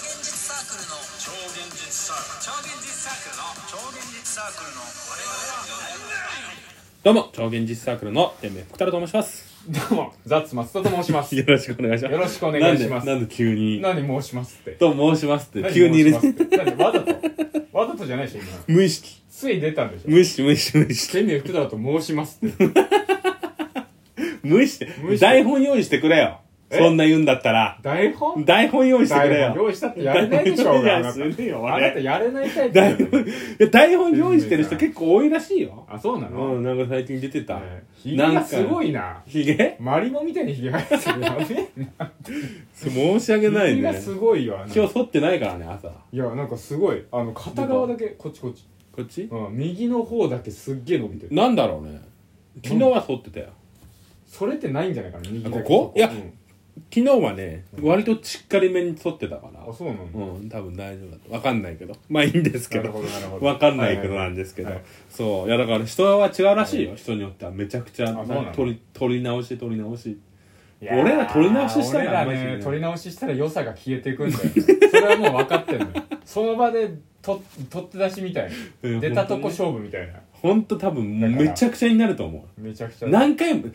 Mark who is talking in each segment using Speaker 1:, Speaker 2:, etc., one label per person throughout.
Speaker 1: ークルの
Speaker 2: 超現実サーク
Speaker 1: 超
Speaker 2: ル
Speaker 1: 現実サークルの
Speaker 2: 超現実サークルの我々は
Speaker 3: どうも超現実サークルの天命福太郎と申します
Speaker 4: どうも、ザッツ松田と申します。
Speaker 3: よろしくお願いします
Speaker 4: よろしくお願いします
Speaker 3: なんでなんで急に
Speaker 4: 何申しますって。
Speaker 3: と申しますって急に入れ
Speaker 4: 何申
Speaker 3: て
Speaker 4: しますって何わざと。わざとじゃないでしょ、今。
Speaker 3: 無意識
Speaker 4: つい出たんでしょ。
Speaker 3: 無意識無意識無意識
Speaker 4: 全部福田と申しますって。
Speaker 3: 無意識
Speaker 4: 無意識
Speaker 3: 台本用意してくれよ
Speaker 4: え
Speaker 3: そんな言うんだったら
Speaker 4: 台本
Speaker 3: 台本用意してくれ
Speaker 4: 台
Speaker 3: よ
Speaker 4: 本用意したってやれないでしょうが、あ
Speaker 3: いや
Speaker 4: な
Speaker 3: す
Speaker 4: た。
Speaker 3: るよ
Speaker 4: あなた
Speaker 3: 俺
Speaker 4: やれないタイプだ
Speaker 3: 台
Speaker 4: よね
Speaker 3: 本いや台本用意してる人結構多いらしいよ
Speaker 4: あ、そうな
Speaker 3: う
Speaker 4: の
Speaker 3: んなんか最近出てた
Speaker 4: えーひげがすごいな。
Speaker 3: ひげ
Speaker 4: マリモみたいにひげ生えてるよね。
Speaker 3: 申し訳ない
Speaker 4: ひげが
Speaker 3: ね
Speaker 4: すごいよ、あの
Speaker 3: 今日剃ってないからね朝
Speaker 4: いや、なんかすごい。あの、片側だけ、こっちこっち。
Speaker 3: こっち
Speaker 4: うん、右の方だけすっげえ伸びてる。
Speaker 3: なんだろうね昨日は剃ってたよ
Speaker 4: それってないんじゃないかな、右だけ
Speaker 3: あここいや
Speaker 4: うん
Speaker 3: 昨日はね割としっかりめに剃ってたから
Speaker 4: あ、そうなの
Speaker 3: うん多分大丈夫だとわかんないけどまあいいんですけ
Speaker 4: なる
Speaker 3: ど
Speaker 4: ほどなるほど
Speaker 3: わかんないけどなんですけど、
Speaker 4: はいはい
Speaker 3: そういやだから人は違うらしいよ、人によってはめちゃくちゃ
Speaker 4: あそうなの
Speaker 3: 取り取り直し取り直し
Speaker 4: いやー
Speaker 3: 俺ら取り直ししたらマ
Speaker 4: 俺
Speaker 3: ジ
Speaker 4: ら
Speaker 3: で
Speaker 4: ね取り直ししたら良さが消えていくんだよ ねそれはもう分かってんのよその場でと取って出しみたい
Speaker 3: うん
Speaker 4: な出たとこ勝負みたいな
Speaker 3: ほんと多分
Speaker 4: だから
Speaker 3: めちゃくちゃになると思
Speaker 4: めちゃくち
Speaker 3: う
Speaker 4: ゃ
Speaker 3: 何回も
Speaker 4: うん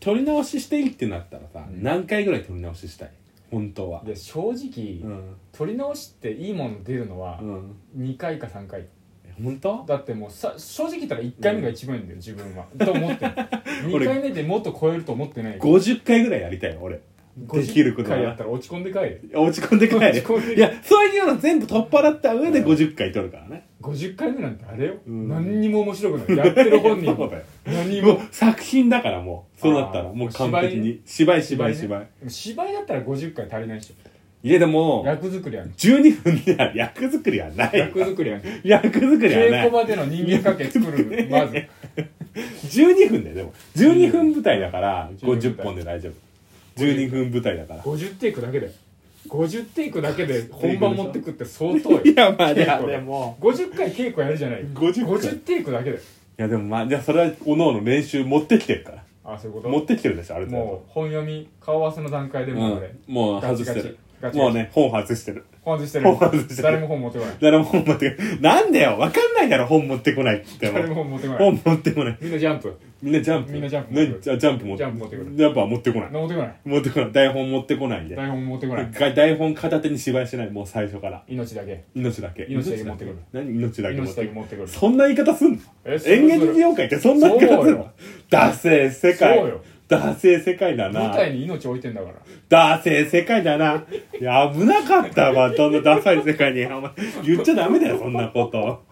Speaker 3: 取り直ししていいってなったらさ、
Speaker 4: うん
Speaker 3: 何回ぐらい取り直ししたい本当は
Speaker 4: で正直、
Speaker 3: うん
Speaker 4: 取り直しっていいもの出るのは
Speaker 3: うん
Speaker 4: 2回か3回
Speaker 3: え本当
Speaker 4: だってもうさ正直言ったら1回目が一番いいんだよ自分はと思って 2
Speaker 3: 俺
Speaker 4: 回目でもっと超えると思ってない
Speaker 3: 50回ぐらいやりたいよ俺できること
Speaker 4: 50回やっ
Speaker 3: は
Speaker 4: たら落ち込んで帰る
Speaker 3: 落ち込んで帰
Speaker 4: 落ち込んで
Speaker 3: るいやそういうの全部取っ払った上で50回取るからね
Speaker 4: 50回目なんてあれよ、
Speaker 3: うん
Speaker 4: 何にも面白くないやってる本人
Speaker 3: そ
Speaker 4: も
Speaker 3: うだよ
Speaker 4: 何
Speaker 3: も
Speaker 4: も
Speaker 3: う作品だからもうそうなったら
Speaker 4: あー
Speaker 3: もう完璧に芝居芝居芝居
Speaker 4: ね芝居だったら50回足りないでし
Speaker 3: いやで
Speaker 4: ょ
Speaker 3: も
Speaker 4: 役作りやん
Speaker 3: 12分では役作りはない
Speaker 4: 役作りやん
Speaker 3: 役作りはな
Speaker 4: 稽古
Speaker 3: い
Speaker 4: 場での人間関係作 るまず
Speaker 3: 12分だよでも12分舞台だから
Speaker 4: 12
Speaker 3: 50本で大丈夫12分舞台だから
Speaker 4: 50テイクだけだよ50テイクだけで本番持ってくって相当よ
Speaker 3: いやまあ
Speaker 4: 稽古
Speaker 3: いやでも
Speaker 4: 50回稽古やるじゃない
Speaker 3: 50回
Speaker 4: テイクだけだよ
Speaker 3: いやでもまあじゃあそれはおのおの練習持ってきてるから
Speaker 4: あそういうこと
Speaker 3: 持ってきてるでしょある程
Speaker 4: も
Speaker 3: 度
Speaker 4: う本読み顔合わせの段階でもう俺、
Speaker 3: んもう外してる
Speaker 4: ガチガチガチガチ
Speaker 3: もうね本外してる
Speaker 4: 本外して
Speaker 3: 本外してる
Speaker 4: る誰も本持ってこ ない
Speaker 3: 誰も本持ってこないなんだよわかんないだろ本持ってこないって言って
Speaker 4: 誰
Speaker 3: も
Speaker 4: も本持ってこない
Speaker 3: 本持ってこない
Speaker 4: みんなジャンプ
Speaker 3: みんなジャンプ
Speaker 4: みんなジャンプ
Speaker 3: ねじゃあジャンプ持って
Speaker 4: ジャンプ持ってくる
Speaker 3: ジャンプは持ってこない
Speaker 4: 持ってこない
Speaker 3: 持ってこない台本持ってこないんで
Speaker 4: 台本持ってこない
Speaker 3: が台本片手に芝居してないもう最初から
Speaker 4: 命だけ
Speaker 3: 命だけ
Speaker 4: 命だけ持ってくる
Speaker 3: 何命だけ持っ
Speaker 4: 命だ
Speaker 3: て
Speaker 4: け
Speaker 3: くる
Speaker 4: 持ってくる
Speaker 3: そんな言い方すんの
Speaker 4: えそう
Speaker 3: 演
Speaker 4: す
Speaker 3: 劇
Speaker 4: る
Speaker 3: 業界ってそんな言い方す
Speaker 4: そ
Speaker 3: る
Speaker 4: う
Speaker 3: の
Speaker 4: よ
Speaker 3: ダセー世界
Speaker 4: そうよ
Speaker 3: ダセー世界だな
Speaker 4: 舞台に命置いてんだから
Speaker 3: ダセー世界だな。いや、危なかったわ。どんなダサい世界に。お前言っちゃダメだよ、そんなこと。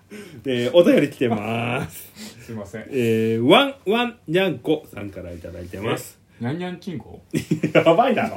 Speaker 3: で、お便り来てます。
Speaker 4: すいません
Speaker 3: えー、ワン、ワン、ニャンコさんからいただいてます。
Speaker 4: にゃんにゃん金庫
Speaker 3: やばいだろ。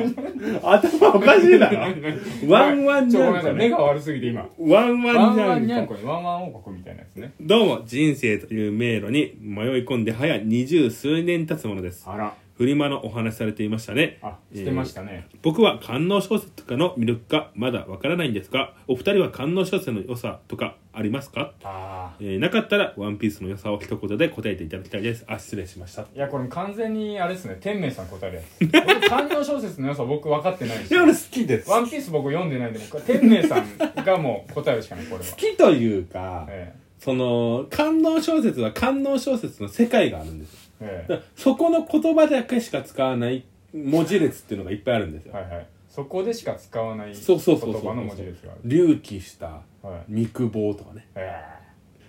Speaker 3: 頭おかしいだろ。 ワンワンニ
Speaker 4: ちょごめんな
Speaker 3: ャ
Speaker 4: さい
Speaker 3: ンコ、
Speaker 4: 目
Speaker 3: ね。
Speaker 4: が悪すぎて今
Speaker 3: ワンワン
Speaker 4: ワン
Speaker 3: ニ
Speaker 4: ワ
Speaker 3: ャ
Speaker 4: ン
Speaker 3: ン
Speaker 4: に
Speaker 3: コ
Speaker 4: ゃんこにワンワン王国みたいなやつね
Speaker 3: どうも、人生という迷路に迷い込んで早二十数年経つものです。
Speaker 4: あら
Speaker 3: フリマのお話しされていましたね。
Speaker 4: あしてましたね、
Speaker 3: 僕は官能小説とかの魅力かまだわからないんですがお二人は官能小説の良さとかありますか、
Speaker 4: あ
Speaker 3: えーなかったら「ワンピースの良さを一言で答えていただきたいですあ失礼しました
Speaker 4: あいやこれ完全にあれですね天明さん答える やつ僕官能小説の良さ僕分かってないし
Speaker 3: 俺好きです
Speaker 4: ワ
Speaker 3: 好
Speaker 4: ンピース僕読んでないんでもう天明さんがもう答えるしかないこれは、
Speaker 3: きというか、
Speaker 4: え
Speaker 3: その官能小説は官能小説の世界があるんですよ
Speaker 4: え
Speaker 3: だか
Speaker 4: え
Speaker 3: らそこの言葉だけしか使わない文字列っていうのがいっぱいあるんです
Speaker 4: え
Speaker 3: よ、
Speaker 4: はいはいそこでしか使わない言
Speaker 3: そう
Speaker 4: 葉
Speaker 3: そうそうそう
Speaker 4: の文字列がある
Speaker 3: 隆起した
Speaker 4: はい
Speaker 3: 肉棒とかね
Speaker 4: え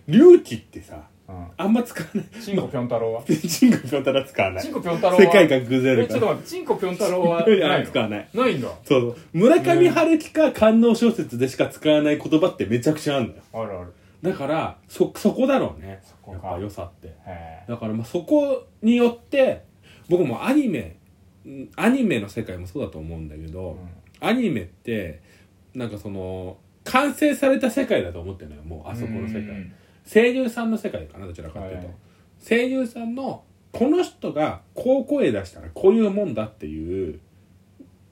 Speaker 3: 隆起ってさ
Speaker 4: えうん
Speaker 3: あんま使わない
Speaker 4: チンコピョン太郎 は
Speaker 3: チンコピョンタラ使わない
Speaker 4: チンコピョン太郎は
Speaker 3: 世界が崩れる
Speaker 4: えち
Speaker 3: か
Speaker 4: ょ
Speaker 3: ら
Speaker 4: っと待ってチンコピョン太郎 は
Speaker 3: いや
Speaker 4: ないの
Speaker 3: 使わない
Speaker 4: ないんだ
Speaker 3: そうそう村上春樹か官能小説でしか使わない言葉ってめちゃくちゃあるんだよ
Speaker 4: あるある
Speaker 3: だからそそこだろうね
Speaker 4: そこ
Speaker 3: やっ
Speaker 4: か
Speaker 3: ぱ良さって
Speaker 4: へえ
Speaker 3: だからまあそこによって僕もアニメんアニメの世界もそうだと思うんだけど、アニメってなんかその完成された世界だと思ってるのよもうあそこの世界声優さんの世界かなどちらかっていうと、
Speaker 4: はい
Speaker 3: 声優さんのこの人がこう声出したらこういうもんだっていう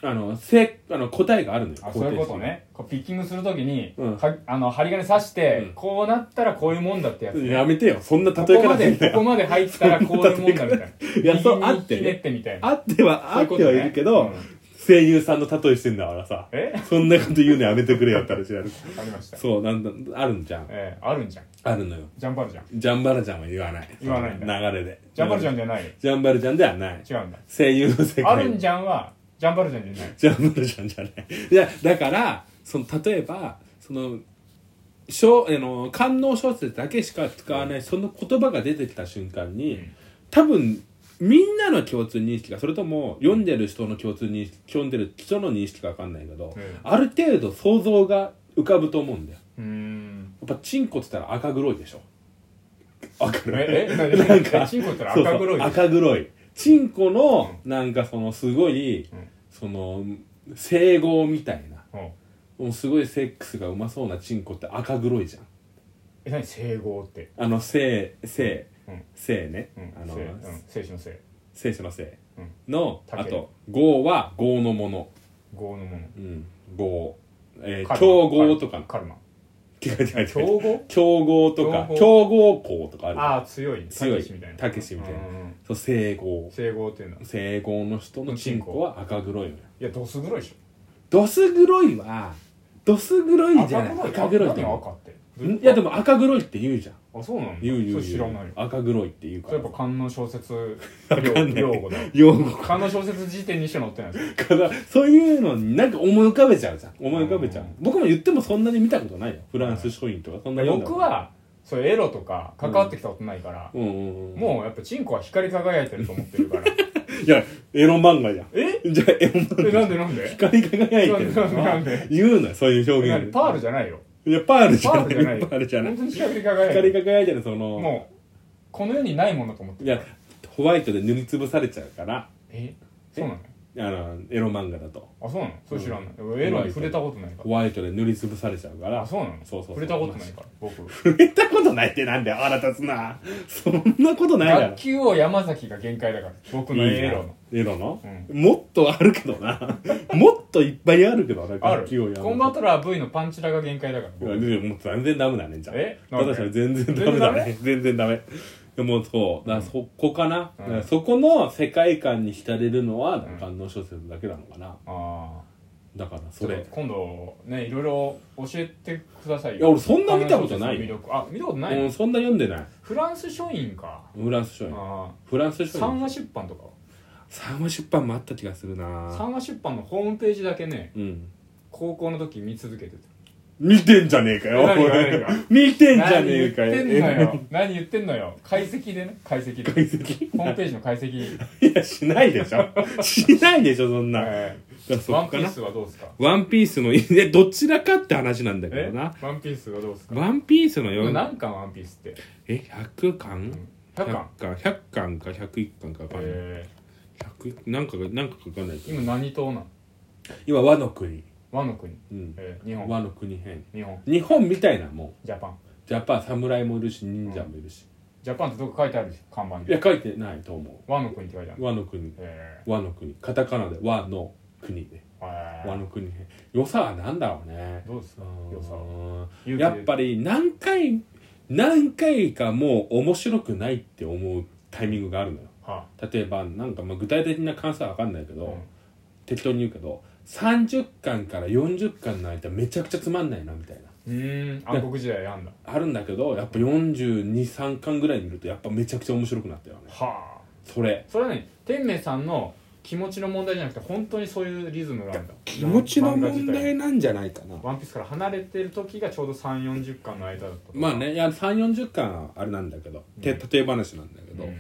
Speaker 3: あのせあの答えがあるのよ
Speaker 4: あそういうことねこうピッキングするときに、
Speaker 3: うん
Speaker 4: かあの針金刺して、
Speaker 3: うん
Speaker 4: こうなったらこういうもんだってやつ、
Speaker 3: やめてよそんな
Speaker 4: こ
Speaker 3: 例え
Speaker 4: こ
Speaker 3: 方
Speaker 4: ま
Speaker 3: で
Speaker 4: でここまで入 ったらこういうもんだみたいな
Speaker 3: やそうあってね
Speaker 4: 右にひねってみたいな
Speaker 3: あってはあってはいるけど
Speaker 4: そういうこ
Speaker 3: 声優さんの例えしてんだからさ
Speaker 4: え
Speaker 3: そんなこと言うのやめてくれよって話になる
Speaker 4: ありました
Speaker 3: そうなんだあるんじゃん
Speaker 4: ええあるんじゃん
Speaker 3: あるのよ
Speaker 4: ジャンバルじゃん
Speaker 3: ジャンバルジャンは言わない
Speaker 4: 言わないんだ
Speaker 3: 流れで
Speaker 4: ジャンバルじゃん
Speaker 3: で
Speaker 4: じゃないよ
Speaker 3: ジャンバルジャンではない
Speaker 4: 違うんだ
Speaker 3: 声優の世界
Speaker 4: あるんじゃんはジャンバルじゃんじゃない
Speaker 3: ジャンバルジャンじゃないいやだからその例えばその小あの官能小説だけしか使わない、その言葉が出てきた瞬間に、
Speaker 4: うん
Speaker 3: 多分みんなの共通認識がそれとも読んでる人の共通認識読んでる人の認識か分かんないけど、
Speaker 4: うん
Speaker 3: ある程度想像が浮かぶと思うんだよ
Speaker 4: うーん
Speaker 3: やっぱチンコって言ったら赤黒いでしょわかる
Speaker 4: ええな
Speaker 3: なん
Speaker 4: ん
Speaker 3: か
Speaker 4: かチンコってのは
Speaker 3: そ
Speaker 4: 赤黒い
Speaker 3: うそう
Speaker 4: でしょ
Speaker 3: 赤黒いチンコの、なんかそのすごい、
Speaker 4: ん
Speaker 3: その整合みたいな
Speaker 4: うん
Speaker 3: もうすごいセックスがうまそうなチンコって赤黒いじゃん
Speaker 4: え何整合って
Speaker 3: あの性性
Speaker 4: うん
Speaker 3: 性ね、
Speaker 4: うん
Speaker 3: あの、
Speaker 4: せいうん精子のせい
Speaker 3: 聖書の性
Speaker 4: うん
Speaker 3: の、
Speaker 4: 竹
Speaker 3: あと合は合のもの、
Speaker 4: 合のもの
Speaker 3: うん、合、え
Speaker 4: カ
Speaker 3: ー、
Speaker 4: ル
Speaker 3: 競
Speaker 4: マ
Speaker 3: 合とか
Speaker 4: カルマ
Speaker 3: 違う違う違う
Speaker 4: 競合
Speaker 3: 競合とか
Speaker 4: 競合
Speaker 3: 競合校とかある
Speaker 4: ああ強い
Speaker 3: 強い
Speaker 4: たけしみたいな
Speaker 3: たけしみたいな
Speaker 4: うんうんうん
Speaker 3: そう整合
Speaker 4: 整合っていうのは
Speaker 3: 整合の人のチンコは赤黒いのよ
Speaker 4: いやドス黒いでしょ
Speaker 3: ドス黒いはドス黒いじゃない赤
Speaker 4: 赤
Speaker 3: 黒
Speaker 4: 黒
Speaker 3: い
Speaker 4: い
Speaker 3: って
Speaker 4: 何
Speaker 3: 言う
Speaker 4: 赤って
Speaker 3: んいやでも赤黒いって言うじゃん
Speaker 4: あそうなんだ
Speaker 3: 言う言う
Speaker 4: それ知ら
Speaker 3: 言
Speaker 4: ないう
Speaker 3: 赤黒いって言う
Speaker 4: そ
Speaker 3: か
Speaker 4: れ
Speaker 3: ら
Speaker 4: やっぱ観音小説
Speaker 3: かんない
Speaker 4: 用語だよ
Speaker 3: 用語
Speaker 4: 観音小説辞典にしか載ってないです
Speaker 3: からそういうのになんか思い浮かべちゃうじゃん思い浮かべちゃう
Speaker 4: うん
Speaker 3: 僕も言ってもそんなに見たことないよフランス書院とかそんな読んだこ
Speaker 4: 僕
Speaker 3: と
Speaker 4: はそういうエロとか関わってきたことないから、
Speaker 3: うんうんうん
Speaker 4: もうやっぱチンコは光り輝いてると思っ てるから
Speaker 3: いやエロ漫画じゃん
Speaker 4: え
Speaker 3: じゃあエロ漫
Speaker 4: え
Speaker 3: 画
Speaker 4: なんでなんで
Speaker 3: 光り輝いてる
Speaker 4: なんでなんで
Speaker 3: 言うのよそういう表
Speaker 4: 何
Speaker 3: 現
Speaker 4: パールじゃないよ
Speaker 3: いやパールじ
Speaker 4: パ
Speaker 3: ゃない
Speaker 4: ールじゃないよ
Speaker 3: パールじゃない
Speaker 4: 本当に光り輝いて
Speaker 3: 光り
Speaker 4: る
Speaker 3: 輝いてるその
Speaker 4: もうこの世にないものだと思って
Speaker 3: い
Speaker 4: る
Speaker 3: やホワイトで塗りつぶされちゃうから
Speaker 4: えそうなの
Speaker 3: あのエロ漫画だと
Speaker 4: あそうなのそれ知らない、エロに触れたことないから
Speaker 3: ホワイトで塗りつぶされちゃうから
Speaker 4: あそうなの
Speaker 3: そうそうそう
Speaker 4: 触れたことないから僕
Speaker 3: 触れたことないってなんだよ腹立つなそんなことないだろ
Speaker 4: 学級を山崎が限界だから僕のエロの
Speaker 3: いいなエロの
Speaker 4: うん、
Speaker 3: もっとあるけどな もっといっぱいあるけどな
Speaker 4: あ
Speaker 3: 楽器を
Speaker 4: る
Speaker 3: やる
Speaker 4: コンバトラー V のパンチラが限界だから
Speaker 3: い
Speaker 4: 僕
Speaker 3: やでももう全然ダメだねじゃあ
Speaker 4: えなんで
Speaker 3: 私は全然ダメだね全然ダメでもそうだからそこかな、だからそこの世界観に浸れるのは
Speaker 4: ん
Speaker 3: 観音小説だけなのかな
Speaker 4: ああ
Speaker 3: だからそ
Speaker 4: そ
Speaker 3: れ
Speaker 4: れ今度ねいろいろ教えてくださいよ
Speaker 3: いや俺そんな見たことない
Speaker 4: フランス小説の魅力あ見たことない、
Speaker 3: うん、そんな読んでない
Speaker 4: フランス書院か
Speaker 3: フランス書院
Speaker 4: あ
Speaker 3: フランス
Speaker 4: あ
Speaker 3: 書
Speaker 4: 三
Speaker 3: 院
Speaker 4: 話出版とか
Speaker 3: 三話出版もあった気がするな
Speaker 4: 三話出版のホームページだけね
Speaker 3: うん
Speaker 4: 高校の時見続けてた
Speaker 3: 見てんじゃねえかよ
Speaker 4: 何が何が
Speaker 3: 見てんじゃねえか
Speaker 4: 何
Speaker 3: よ
Speaker 4: 言ってんのよ何言ってんのよ解析でね解析で
Speaker 3: 解析
Speaker 4: ホームページの解析、
Speaker 3: いやしないでしょ しないでしょそんな、
Speaker 4: え
Speaker 3: だから
Speaker 4: ー
Speaker 3: そ
Speaker 4: ワ
Speaker 3: っ
Speaker 4: ンピ
Speaker 3: か
Speaker 4: ー
Speaker 3: な
Speaker 4: スはどうですか
Speaker 3: ワンピースのい やどちらかって話なんだけ
Speaker 4: え
Speaker 3: どな
Speaker 4: ワンピースはどうですか
Speaker 3: ワンピースのよ
Speaker 4: 何巻ワンピースって
Speaker 3: え100巻
Speaker 4: 100巻
Speaker 3: 100巻100巻か101巻か分かんない、
Speaker 4: え
Speaker 3: 100なんかがなんかか分かんないけ
Speaker 4: ー、
Speaker 3: ど
Speaker 4: 今何島なの
Speaker 3: 今和の国、
Speaker 4: 和の国、
Speaker 3: うん、
Speaker 4: えー、日本
Speaker 3: 和の国編
Speaker 4: 日本
Speaker 3: 日本みたいなもん
Speaker 4: ジャパン
Speaker 3: ジャパン侍もいるし忍者もいるし、
Speaker 4: ジャパンってどこ書いてあるし看板
Speaker 3: い
Speaker 4: で
Speaker 3: や書いてないと思
Speaker 4: 和の国って書いてある
Speaker 3: う和の国
Speaker 4: え
Speaker 3: 和の国カタカナで和の国で
Speaker 4: ー、え
Speaker 3: 和の国編良さは何だろうね
Speaker 4: どうですか
Speaker 3: うん
Speaker 4: 良さ
Speaker 3: やっぱり何回何回かもう面白くないって思うタイミングがあるのよ
Speaker 4: は
Speaker 3: 例えばなんかまあ具体的な関数は分かんないけど、
Speaker 4: うん
Speaker 3: 適当に言うけど30巻から40巻の間めちゃくちゃつまんないなみたいな
Speaker 4: うーん暗黒時代やんだ
Speaker 3: あるんだけどやっぱ423巻ぐらいに見るとやっぱめちゃくちゃ面白くなったよね
Speaker 4: はあ
Speaker 3: それ
Speaker 4: それはね天明さんの気持ちの問題じゃなくて本当にそういうリズムがあるんだ
Speaker 3: 気持ちの問
Speaker 4: 漫画
Speaker 3: 題
Speaker 4: 自体
Speaker 3: なんじゃないかな
Speaker 4: ワンピースから離れてる時がちょうど3 4 0巻の間だったと
Speaker 3: まあねいや340巻はあれなんだけど、て例え話なんだけ
Speaker 4: う
Speaker 3: ど、
Speaker 4: ん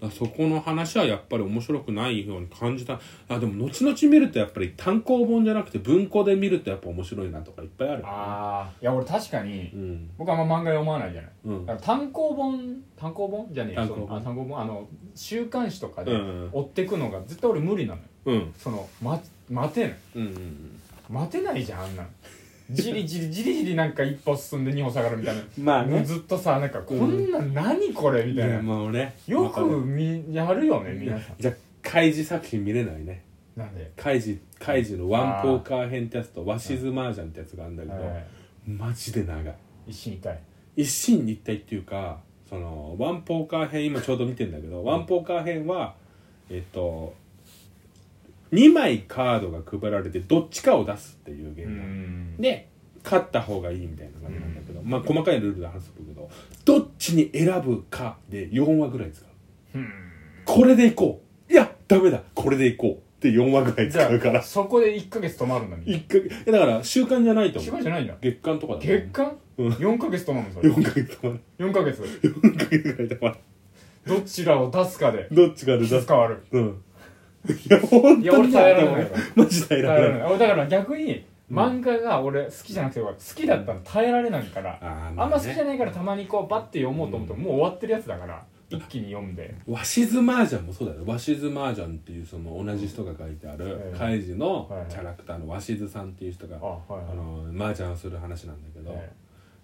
Speaker 3: あそこの話はやっぱり面白くないように感じたあでも後々見るとやっぱり単行本じゃなくて文庫で見るとやっぱ面白いなとかいっぱいある
Speaker 4: ああいや俺確かに
Speaker 3: うん
Speaker 4: 僕あんま漫画読まないじゃない
Speaker 3: うん
Speaker 4: だから単行本単行本じゃねえよ
Speaker 3: 単行本
Speaker 4: そのあ単行本あの週刊誌とかで
Speaker 3: うん
Speaker 4: 追ってくのが絶対俺無理なのよ
Speaker 3: うん
Speaker 4: その、ま、待てない
Speaker 3: うんうん
Speaker 4: 待てないじゃんあんなのじりじりじりじりなんか一歩進んで二歩下がるみたいな
Speaker 3: まあね
Speaker 4: ずっとさなんかこんなん何これみ
Speaker 3: い
Speaker 4: たい
Speaker 3: や
Speaker 4: な
Speaker 3: もうね
Speaker 4: よく
Speaker 3: わかる
Speaker 4: みやるよね皆さん
Speaker 3: じゃあ開示作品見れないね
Speaker 4: なんで、
Speaker 3: 開示開示のワンポーカー編ってやつとワシズマージャンってやつがあるんだけど、
Speaker 4: え
Speaker 3: マジで長い
Speaker 4: ー一進一退
Speaker 3: 一進一退っていうかそのワンポーカー編今ちょうど見てんだけどワンポーカー編はえっと2枚カードが配られてどっちかを出すっていうゲー
Speaker 4: う
Speaker 3: ムなの
Speaker 4: ん
Speaker 3: で勝った方がいいみたいな感じなんだけど、まあ細かいルールで話すけどどっちに選ぶかで4話ぐらい使うこれでいこういやダメだこれでいこうって4話ぐらい
Speaker 4: じゃ
Speaker 3: 使うから
Speaker 4: あそこで1ヶ月止まるんだね
Speaker 3: 一回いやだから習慣じゃないと
Speaker 4: 1
Speaker 3: 思
Speaker 4: 間
Speaker 3: う
Speaker 4: じゃないんだ
Speaker 3: 月間とかだと思う
Speaker 4: 月間
Speaker 3: うん
Speaker 4: 4ヶ月止まるのそれ
Speaker 3: 4ヶ月止まる
Speaker 4: 4ヶ月
Speaker 3: 4ヶ月ぐらい止まるど
Speaker 4: どちらを出すかで
Speaker 3: どっちかで出
Speaker 4: 出
Speaker 3: す
Speaker 4: す変わる
Speaker 3: うんいや本当に
Speaker 4: いや俺耐えられないわ
Speaker 3: マジ耐えられない
Speaker 4: 俺だから逆に漫画が俺好きじゃなくてよかった好きだったら耐えられないから
Speaker 3: あーま
Speaker 4: あ
Speaker 3: あ
Speaker 4: ん
Speaker 3: ね
Speaker 4: ま好きじゃないからたまにこうバッて読もうと思ってももう終わってるやつだから一気に読んで
Speaker 3: ワシズマージャンもそうだよワシズマージャンっていうその同じ人が書いてある
Speaker 4: うん
Speaker 3: カイジの
Speaker 4: はいはい
Speaker 3: キャラクターのワシズさんっていう人が
Speaker 4: あはいはい
Speaker 3: あのマージャンする話なんだけど、
Speaker 4: え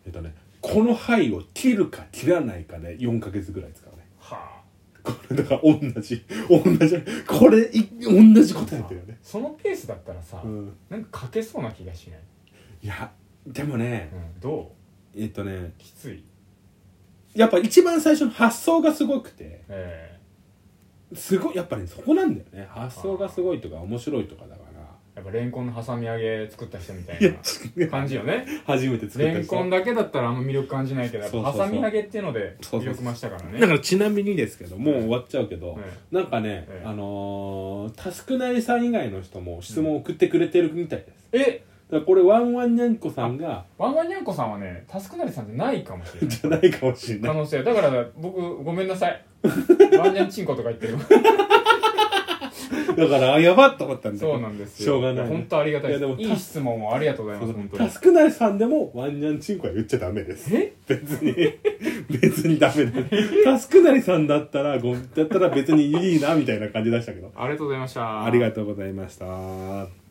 Speaker 3: えっとねこの牌を切るか切らないかで4ヶ月ぐらい使うね
Speaker 4: は
Speaker 3: これだから同じ同じこれい同じ答えだよ
Speaker 4: あ
Speaker 3: ね
Speaker 4: そのペースだったらさ
Speaker 3: うん
Speaker 4: なんか書けそうな気がしない
Speaker 3: いやでもね
Speaker 4: うんど
Speaker 3: えっとね
Speaker 4: うきつい
Speaker 3: やっぱ一番最初の発想がすごくて
Speaker 4: え
Speaker 3: すごいやっぱりそこなんだよね発想がすごいとか面白いとかだから
Speaker 4: えやっぱレンコンの挟み揚げ作った人みたい
Speaker 3: いや
Speaker 4: な感じよね
Speaker 3: 初めて作った
Speaker 4: レンコンだけだったらあんま魅力感じないけどやっぱ
Speaker 3: そうそうそう
Speaker 4: 挟み揚げっていうので
Speaker 3: そう
Speaker 4: 魅
Speaker 3: そうそう
Speaker 4: 力増したからね
Speaker 3: だからちなみにですけどもう終わっちゃうけど、
Speaker 4: え
Speaker 3: なんかね、
Speaker 4: ええ
Speaker 3: あのータスクナイさん以外の人も質問を送ってくれてるみたいです、
Speaker 4: ええ
Speaker 3: だからこれワンワンニャンコさんが
Speaker 4: ワンワンにゃんこさんはね、タスクなりさんじゃないかもしれない。
Speaker 3: じゃないかもしれな
Speaker 4: 可
Speaker 3: い
Speaker 4: 能性。だから僕、ごめんなさ い。ワンニャンチンコとか言ってる。
Speaker 3: だからあやばっと思ったんだけど
Speaker 4: そうなんですよ。
Speaker 3: しょうがないね
Speaker 4: 本当ありがたい
Speaker 3: いやで
Speaker 4: で
Speaker 3: も
Speaker 4: す。いい質問をありがとうございます、本当
Speaker 3: タ
Speaker 4: に。
Speaker 3: スクナイさんでもワンニャンチンコは言っちゃダメです
Speaker 4: え
Speaker 3: 別に別にダメですタスクナイさんだったらごだったら別にいいなみたいな感じでしたけど
Speaker 4: ありがとうございました。
Speaker 3: ありがとうございました